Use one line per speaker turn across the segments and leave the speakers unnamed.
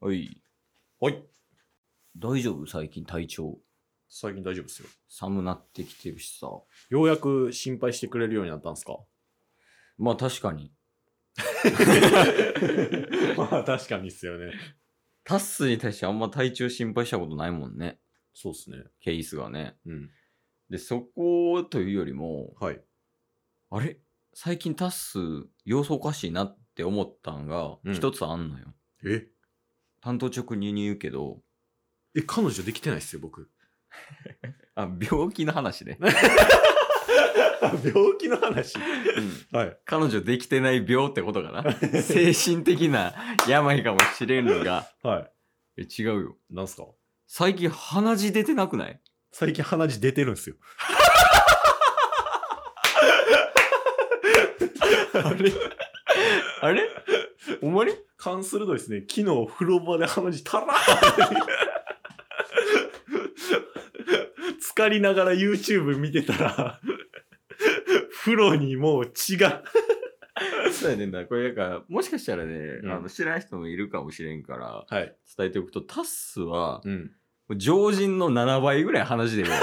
はい。
はい。
大丈夫最近体調。
最近大丈夫ですよ。
寒なってきてるしさ。
ようやく心配してくれるようになったん ですか
まあ確かに。
まあ確かにっすよね。
タッスに対してあんま体調心配したことないもんね。
そうっすね。
ケースがね。
うん。
で、そこというよりも、
はい。
あれ最近タッス様子おかしいなって思ったんが
うん
一つあんのよ。
え
担当直入に言うけど、
え、彼女できてないっすよ、僕。
あ、病気の話ね。
病気の話。
うん
はい。
彼女できてない病ってことかな精神的な病かもしれんのが。
は
え
い。
違うよ。
なんすか
最近鼻血出てなくない
最近鼻血出てるんすよ。
あれあれおまり
勘鋭いですね。昨日、風呂場で鼻血たら 浸かりながら YouTube 見てたら、風呂にもう血が。
そうやねんな。これだから、もしかしたらね、
うん
あの知らない人もいるかもしれんから、
はい。
伝えておくと、タッスは、
うん。
常人の7倍ぐらい鼻血出る。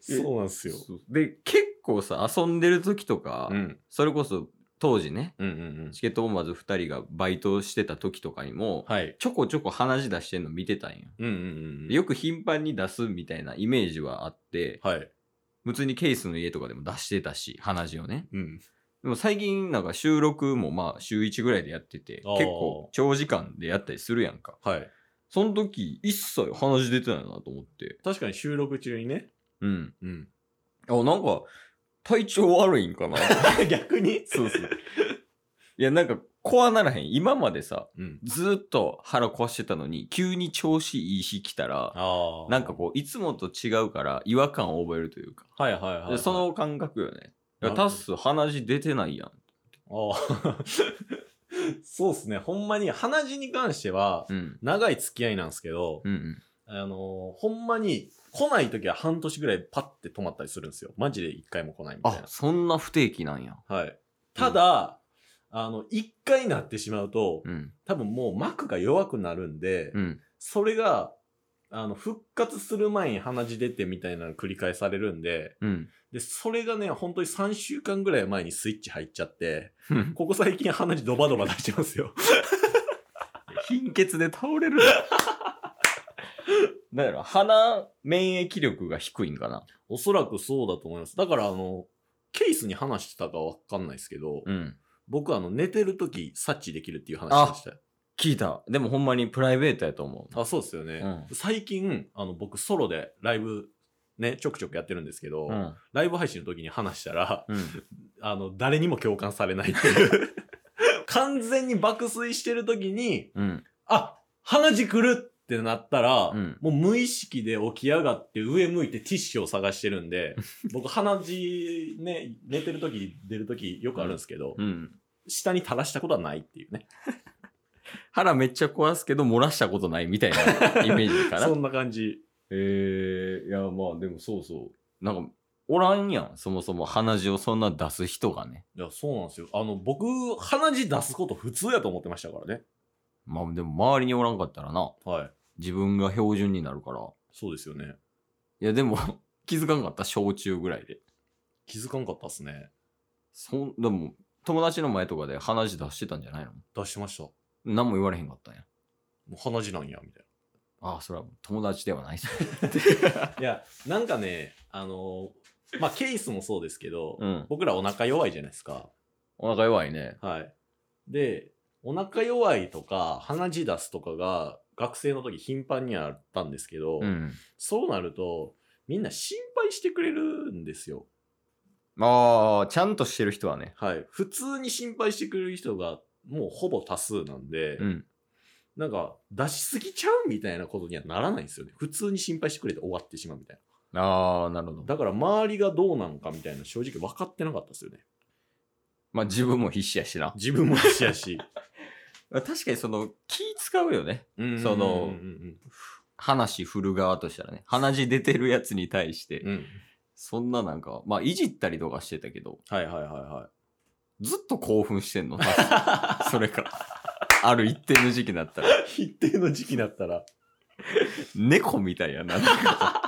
そうなんすよ。
そうで、結構さ、遊んでる時とか、
ん。
それこそ当時ね、
うんうんうん。
チケットボンバーズ2人がバイトしてた時とかにも、
はい。
ちょこちょこ鼻血出してんの見てたんよ。
うんうんうん。
でよく頻繁に出すみたいなイメージはあって、
はい。
普通にケースの家とかでも出してたし、鼻血をね。
うん。
でも最近なんか収録もまあ週1ぐらいでやってて、
あー
結構長時間でやったりするやんか。
はい。
その時一切鼻血出てないなと思って。
確かに収録中にね。
うん。
うん。
あ、なんか体調悪いんかな
逆に
そうそう。いやなんか怖ならへん。今までさ、
うん。
ずーっと腹壊してたのに、急に調子いい日来たら、
ああ。
なんかこう、いつもと違うから違和感を覚えるというか。
う。はいはいはい、
でそ、の感覚よね。
なるほど
タス鼻血出てないやん。
ああ。 そうっすね。ほんまに、鼻血に関しては、
うん。
長い付き合いなんですけど、
うんうん。
あのーほんまに、来ない時は半年ぐらいパッて止まったりするんですよ。マジで一回も来ないみたい
あ、そんな不定期なんや。
な。はい。ただ、あの、一回なってしまうと、
うん。
多分もう膜が弱くなるんで、
うん。
それが、あの、復活する前に鼻血出てみたいなの繰り返されるんで、
うん。
で、それがね、本当に3週間ぐらい前にスイッチ入っちゃって、ここ最近鼻血ドバドバ出してますよ。
貧血で倒れ る。だから、鼻免疫力が低いんかな。
おそらくそうだと思います。だからあの、ケースに話してたかわかんないですけど、
うん。
僕あの、寝てる時察知できるっていう話でしたよ。
聞いた。でもほんまにプライベートやと思う。
あそうですよね。
う
最近、あの、僕ソロでライブ、ね、ちょくちょくやってるんですけど、
うん。
ライブ配信の時に話したら、
うん。
あの、誰にも共感されないっていう。完全に爆睡してる時に、
うん。
あ、鼻血くるってなったら、
うん
もう無意識で起き上がって上向いてティッシュを探してるんで、 僕鼻血ね、寝てる時出る時よくあるんですけど、
うん。
下に垂らしたことはないっていうね。
腹めっちゃ壊すけど漏らしたことないみたいな イメージかな
そ。んな感じ。
えー、いやまあでもそうそう。なんか、おらんやん。そもそも鼻血をそんな出す人がね。
いや、そうなんですよ。あの、僕、鼻血出すこと普通やと思ってましたからね。
まあでも周りにおらんかったらな、
はい。
自分が標準になるから。
そうですよね。
いやでも、 気づかんかった、小中ぐらいで。
気づかんかったっすね。
そん、でも、友達の前とかで鼻血出してたんじゃないの
出してました。も
何も言われへんかったんや。
う鼻血なんや、みたいな。
ああ、それは友達ではないっす。
いや、なんかね、あのーまあ、ケースもそうですけど、
うん。
僕らお腹弱いじゃないですか。
お腹弱いね。
はい。で、お腹弱いとか、鼻血出すとかが、学生の時頻繁にあったんですけど、
うん。
そうなると、みんな心配してくれるんですよ。
ああ、ちゃんとしてる人はね。
はい。普通に心配してくれる人が、もうほぼ多数なんで、
うん。
なんか、出しすぎちゃうみたいなことにはならないんですよね。普通に心配してくれて終わってしまうみたい
ああ、なるほ
な。
ど。
だから、周りがどうなのかみたいな、正直分かってなかったですよね。
まあ自分も必死やしな。
自分も一緒や し。
確かにその、気使うよね。
そ
うん
の
う、話振る側としたらね。鼻血出てるやつに対して、そんななんか、まあいじったりとかしてたけど、
はいはいはいは
ずっと興奮して んのそれか。ある一定の時期になったら。
一定の時期になったら、
猫みたいやな。なんか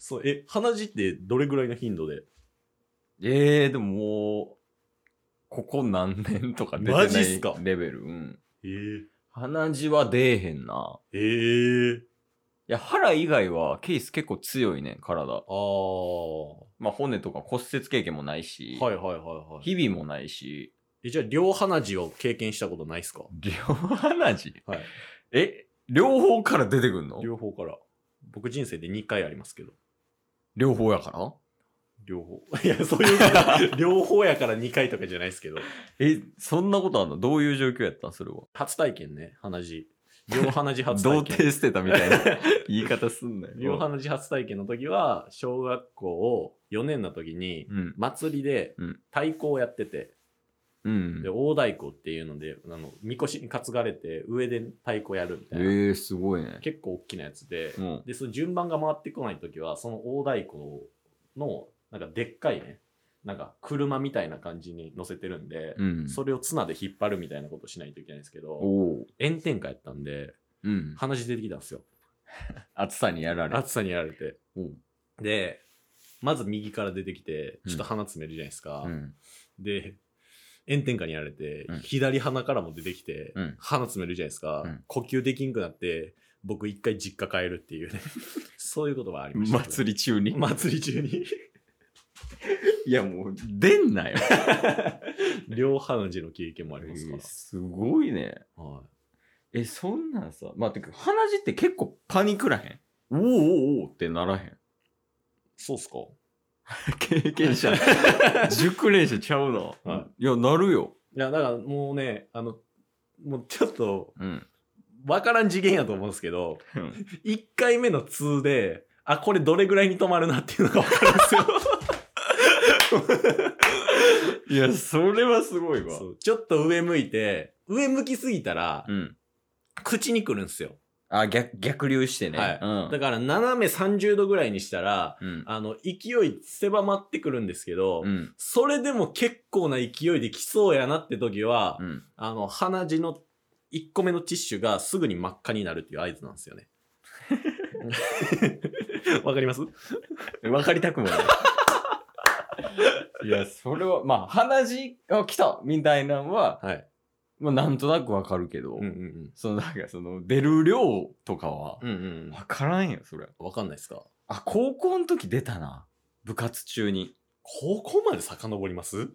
そう、え、鼻血ってどれぐらいの頻度で
ええー、でももう、ここ何年とか出て
マジっすか
ないレベル。うん。
え
鼻血は出えへんな。
えええ
いや、腹以外はケース結構強いねん、体。
ああ。
まあ骨とか骨折経験もないし、
はいはいはいはい。
日々もないし、
えじゃあ、両鼻血を経験したことないっすか
両鼻血
はい。
え、両方から出てくんの
両方から。僕人生で2回ありますけど。
両方やから
両方。 いや、そういうこと、 両方やから2回とかじゃないですけど。
え、そんなことあんのどういう状況やったんそれは。
初体験ね、鼻血。両鼻血 初
童
体験。
貞捨てたみたい な言い方すんなよ。
両鼻血初体験の時は、小学校を4年の時に、
うん。
祭りで
うん
太鼓をやってて、
うん
で、。大太鼓っていうので、あの、みこしに担がれて、上で太鼓やる
え
みたいな。
ー、すごいね。
結構大きなやつで、
うん。
で、その順番が回ってこないときは、その大太鼓の、なんかでっかいね、なんか車みたいな感じに乗せてるんで、
うん。
それを綱で引っ張るみたいなことしないといけないんですけど、
おう
炎天下やったんで、
うん。
鼻血出てきたんですよ。
暑さにやられ
暑さにやられて。
おう
で、まず右から出てきて、
うん
ちょっと鼻詰めるじゃないですか。
うん。
で、炎天下にやられて、
うん
左鼻からも出てきて、
うん
鼻詰めるじゃないですか。
うん
呼吸できんくなって、僕一回実家帰るっていう ね、そういうことはありましたけど。
祭り中に。
祭り中に
いや、もう、出んなよ。
両鼻血の経験もあ
え
りますから
ー、すごいね。
はい、
え、そんなんさ、まあ、てか、鼻血って結構パニクらへん。おうおうおうってならへん。
そうっすか
経験 者。熟練者ちゃうの。、
はい
や、なるよ。
いやだからもうねあのもうちょっと
うん。
分からん次元やと思うんですけど1回目の2であこれどれぐらいに止まるなっていうのが分かるんで
い
すよ
や、それは すごいわ
そ。うちょっと上向いて上向きすぎたら
うん。
口にくるんですよ、
あ、逆、逆流してね。
はい
うん。
だから斜め30度ぐらいにしたら
うん。
あの勢い狭まってくるんですけど、
うん。
それでも結構な勢いで来そうやなって時は、
うん。
あの、鼻血の1個目のティッシュがすぐに真っ赤になるっていう合図なんで すよね。わかります
わかりたくもない。いや、それは、まあ、鼻血が来たみたいなのは、
はい。
まあ、なんとなくわかるけど、
うんうん
その、なんか、その、出る量とかは、
うん。うんうん
わからんよ、それ。
うん。わかんないですか
あ、高校の時出たな。部活中に。
ここまで遡ります
うん。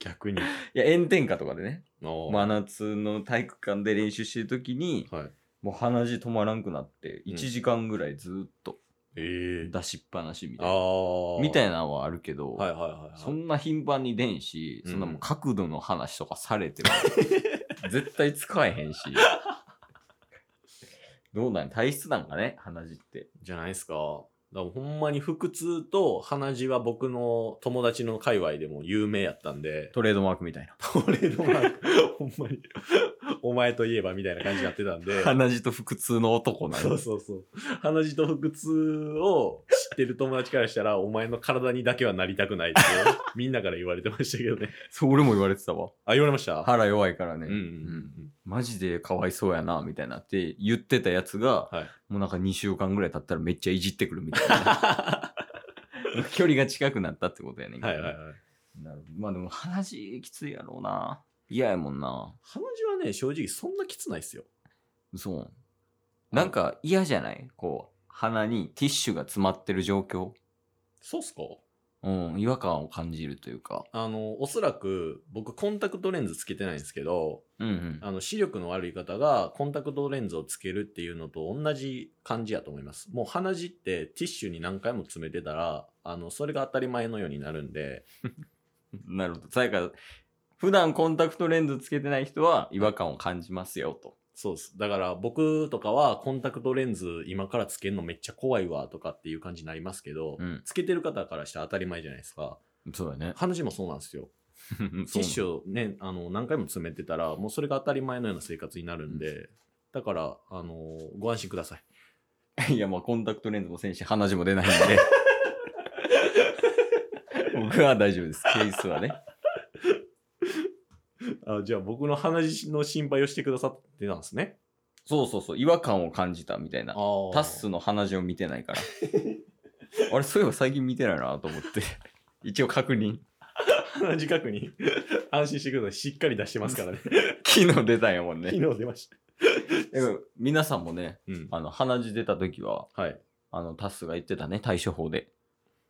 逆に。
いや、炎天下とかでね。
おー
真夏の体育館で練習してる時に、
はい。
もう鼻血止まらんくなって、
うん
1時間ぐらいずっと
ええ
出しっぱなしみたいな。
ああ。
みた
い
いなのはあるけど、
はいはいはいはい。
そんな頻繁に出んし、
うん
そんなもう角度の話とかされて も、絶対使えへんし。どうなん体質なんかね、鼻血って。
じゃないですか。だからほんまに腹痛と鼻血は僕の友達の界隈でも有名やったんで、
トレードマークみたいな。
トレードマーク、 ほんまに、お前といえばみたいな感じになってたんで、
鼻血と腹痛の男なん
そうそうそう。鼻血と腹痛を知ってる友達からしたら、お前の体にだけはなりたくないって、 みんなから言われてましたけどね。
そう、俺も言われてたわ。
あ、言われました
腹弱いからね。
うんうん
マジでかわいそうやな、みたいなって言ってたやつが、
はい
もうなんか2週間ぐらい経ったらめっちゃいじってくるみたい な。距離が近くなったってことやねん
うん。
けどね
はいはいはい。
なるほどまあでも鼻血きついやろうな。嫌やもんな。
鼻血はね、正直そんなきつないっすよ。
そう。なんか嫌じゃないこう、鼻にティッシュが詰まってる状況。
そうっすか
うん、違和感を感じるというか。
あの、おそらく、僕コンタクトレンズつけてないんですけど、
うんうん。
あの、視力の悪い方がコンタクトレンズをつけるっていうのと同じ感じやと思います。もう鼻血ってティッシュに何回も詰めてたら、あの、それが当たり前のようになるんで、
なるほど。さやか、普段コンタクトレンズつけてない人は違和感を感じますよと。
そうです。だから僕とかはコンタクトレンズ今からつけるのめっちゃ怖いわとかっていう感じになりますけど、
うん。
つけてる方からしたら当たり前じゃないですか。
そうだ ね。
話もそうなんですよ。
ティ
ティッシュをね、あの、何回も詰めてたら、もうそれが当たり前のような生活になるんで、だから、あのご安心ください。
いや、まあ、コンタクトレンズもせんし、鼻血も出ないんで。もう僕は大丈夫です。ケースはね。
あじゃあ僕の鼻血の心配をしてくださってたんですね。
そうそうそう、違和感を感じたみたいな。タッスの鼻血を見てないから。あれ、そういえば最近見てないなと思って。一応確認。
鼻血確認。 安心してください。しっかり出してますからね。
昨日出たんやもん ね。
昨日出ました。
でも皆さんもね、
うん。
あの、鼻血出た時は、
はい。
あの、タッスが言ってたね、対処法で。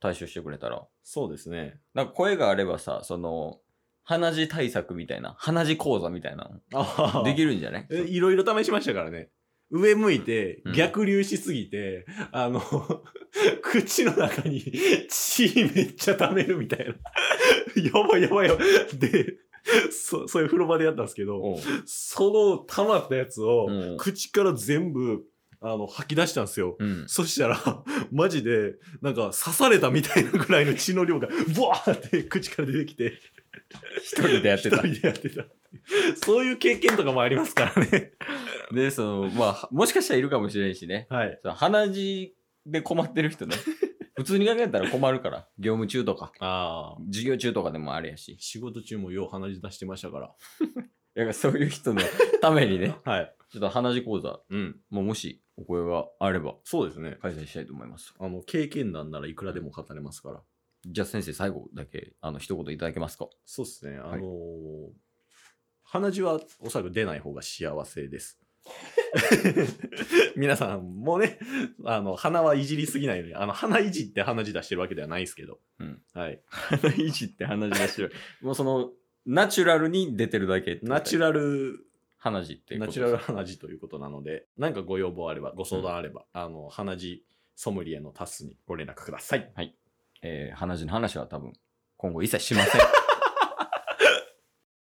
対処してくれたら。
そうですね。
なんか声があればさ、その、鼻血対策みたいな、鼻血講座みたいなの
あ
でき
る
るんじゃない
いろいろ試しましたからね。上向いて
うん、
逆流しすぎて、あの、 口の中に血めっちゃ溜めるみたいな。 やばいやばいやばい。で、そそういう風呂場でやったんですけど、
おう
その溜まったやつを、
うん
口から全部、あの、吐き出したんですよ。
うん。
そしたら、 マジで、なんか刺されたみたいなぐらいの血の量が、ブワーって口から出てきて、
一人でやって
一
た
人。でやってた。そういう経験とかもありますから ね。
で、その、まあ、もしかしたらいるかもしれんしね。
はい。
その鼻血で困ってる人 ね。普通に考えたら困るから。業務中とか、
ああ。
授業中とかでもあれやし。
仕事中もよう鼻血出してましたか
だからそういう人のために ね、
ら。はい。
ちょっと鼻血講座、
うん。
もうもしお声があれば、
そうですね。
開催したいと思います。
あの、経験談ならいくらでも語れますから。
じゃあ先生、最後だけ、あの、一言いただけますか。
そうですね。あの
い
ー鼻血はおそらく出ない方が幸 せです。皆さんもね、あの、鼻はいじりすぎないように、あの、鼻いじって鼻血出してるわけではないですけど。
うん
はい。
鼻血って鼻血が白い。もうその、ナチュラルに出てるだけ。
ナチュラル、
鼻血っていうこと
ナ
です
チュラル鼻血ということなので、なんかご要望あれば、ご相談あれば、あの、鼻血ソムリエのタスにご連絡ください。
えー鼻血の話は多分、今後一切しません。